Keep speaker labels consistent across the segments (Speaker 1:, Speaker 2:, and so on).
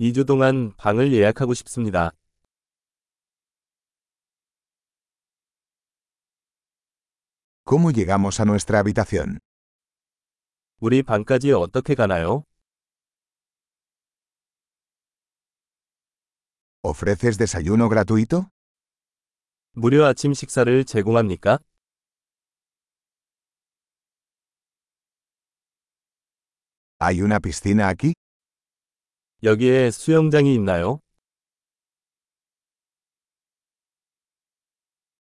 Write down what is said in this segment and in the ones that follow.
Speaker 1: 2주 동안 방을 예약하고 싶습니다.
Speaker 2: ¿Cómo llegamos a nuestra habitación?
Speaker 1: 우리 방까지 어떻게 가나요?
Speaker 2: ¿Ofreces desayuno gratuito?
Speaker 1: 무료 아침 식사를 제공합니까?
Speaker 2: ¿Hay una piscina aquí?
Speaker 1: 여기에 수영장이 있나요?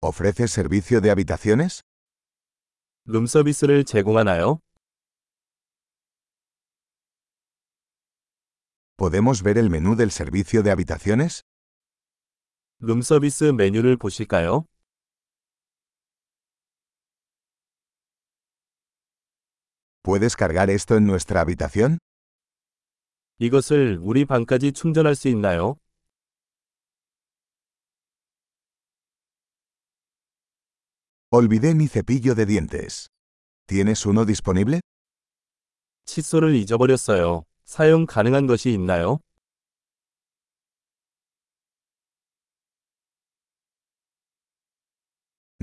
Speaker 2: ¿Ofreces servicio de habitaciones?
Speaker 1: 룸 서비스를 제공하나요?
Speaker 2: ¿Podemos ver el menú del servicio de habitaciones?
Speaker 1: 룸 서비스 메뉴를 보실까요?
Speaker 2: ¿Puedes cargar esto en nuestra habitación?
Speaker 1: 이것을 우리 방까지 충전할 수 있나요?
Speaker 2: Olvidé mi cepillo de dientes. ¿Tienes uno disponible?
Speaker 1: 칫솔을 잊어버렸어요. 사용 가능한 것이 있나요?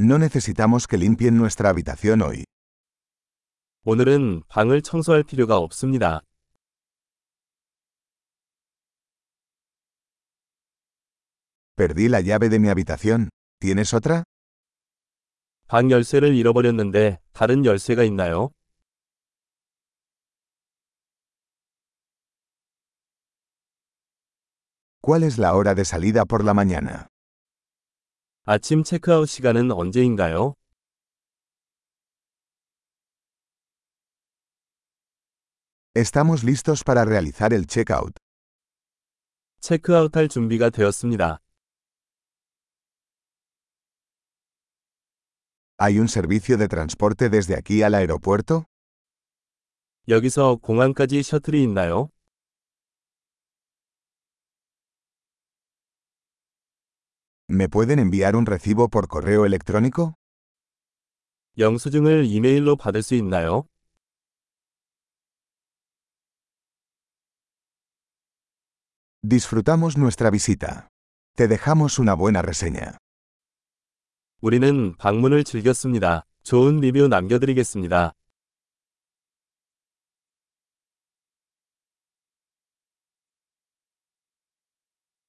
Speaker 2: No necesitamos que limpien nuestra habitación hoy.
Speaker 1: 오늘은 방을 청소할 필요가 없습니다.
Speaker 2: Perdí la llave de mi habitación. ¿Tienes otra?
Speaker 1: 방 열쇠를 잃어버렸는데 다른 열쇠가 있나요?
Speaker 2: ¿Cuál es la hora de salida por la mañana?
Speaker 1: 아침 체크아웃 시간은 언제인가요?
Speaker 2: Estamos listos para realizar el checkout.
Speaker 1: 체크아웃할 준비가 되었습니다.
Speaker 2: ¿Hay un servicio de transporte desde aquí al aeropuerto?
Speaker 1: 여기서 공항까지 셔틀이 있나요?
Speaker 2: ¿Me pueden enviar un recibo por correo electrónico?
Speaker 1: 영수증을 이메일로 받을 수 있나요?
Speaker 2: Disfrutamos nuestra visita. Te dejamos una buena reseña.
Speaker 1: 우리는 방문을 즐겼습니다. 좋은 리뷰 남겨드리겠습니다.